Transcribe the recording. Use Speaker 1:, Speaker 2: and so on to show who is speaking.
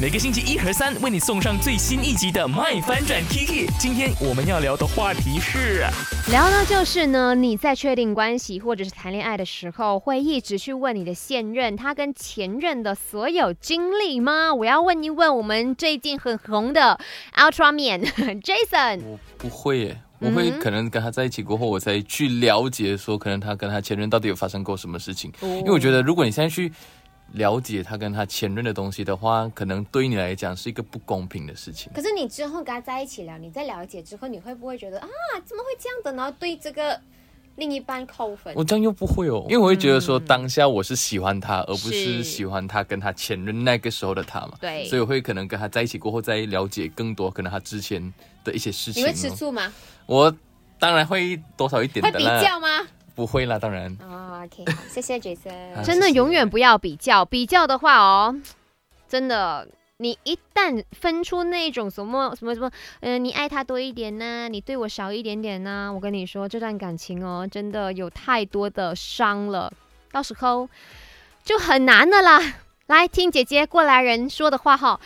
Speaker 1: 每个星期一和三为你送上最新一集的《麦翻转 Kiki》。今天我们要聊的话题是，
Speaker 2: 聊到就是呢，你在确定关系或者是谈恋爱的时候，会一直去问你的现任他跟前任的所有经历吗？我要问一问我们最近很红的 Ultra Man Jason。
Speaker 3: 我不会耶，我会
Speaker 2: 嗯
Speaker 3: 可能跟他在一起过后，我才去了解说，可能他跟他前任到底有发生过什么事情。
Speaker 4: 哦
Speaker 3: 因为我觉得，如果你现在去了解他跟他前任的东西的话，可能对你来讲是一个不公平的事情。
Speaker 4: 可是你之后跟他在一起了，你在了解之后，你会不会觉得啊，怎么会这样的？然后对这个另一半扣分？
Speaker 3: 我这样又不会哦，因为我会觉得说当下我是喜欢他，而不
Speaker 2: 是
Speaker 3: 是喜欢他跟他前任那个时候的他嘛。
Speaker 2: 对
Speaker 3: 所以我会可能跟他在一起过后，再了解更多可能他之前的一些事
Speaker 4: 你
Speaker 3: 情、
Speaker 4: 会吃
Speaker 3: 哦。
Speaker 4: 醋吗？
Speaker 3: 我当然会多少一点
Speaker 4: 会
Speaker 3: 的
Speaker 4: 比
Speaker 3: 啦，
Speaker 4: 较吗？
Speaker 3: 不会啦，当然。
Speaker 4: 哦，OK，好谢谢 Jason。
Speaker 2: 真的
Speaker 3: 嗯啊谢谢
Speaker 2: 永远不要比较，比较的话哦，真的，你一旦分出那种什么什么什么，嗯、你爱他多一点呐、你对我少一点点呐、我跟你说，这段感情哦，真的有太多的伤了，到时候就很难的啦。来听姐姐过来人说的话哈，